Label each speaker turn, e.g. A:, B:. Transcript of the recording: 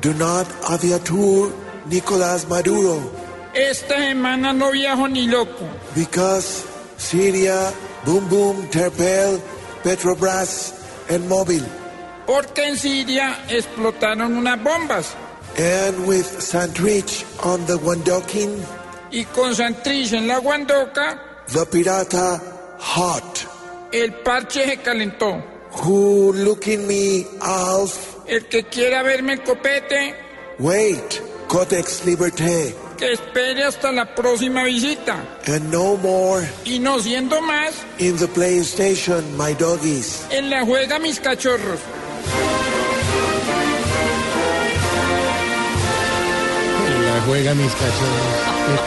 A: do not aviatur Nicolas Maduro
B: esta semana no viajo ni loco.
A: because Syria, Boom Boom, Terpel, Petrobras, and Mobil.
B: Porque en Siria explotaron unas bombas.
A: And with Santrich on the Wandokin,
B: Y con Santrich en la Guandoca,
A: the Pirata hot.
B: el parche se calentó.
A: Who looking me, Alf?
B: El que quiera verme el copete,
A: Wait, Cotex Liberté.
B: que espere hasta la próxima visita.
A: And no more
B: Y no siendo más,
A: in the PlayStation, my doggies.
B: en la juega mis cachorros.
C: La juega mis cachorros.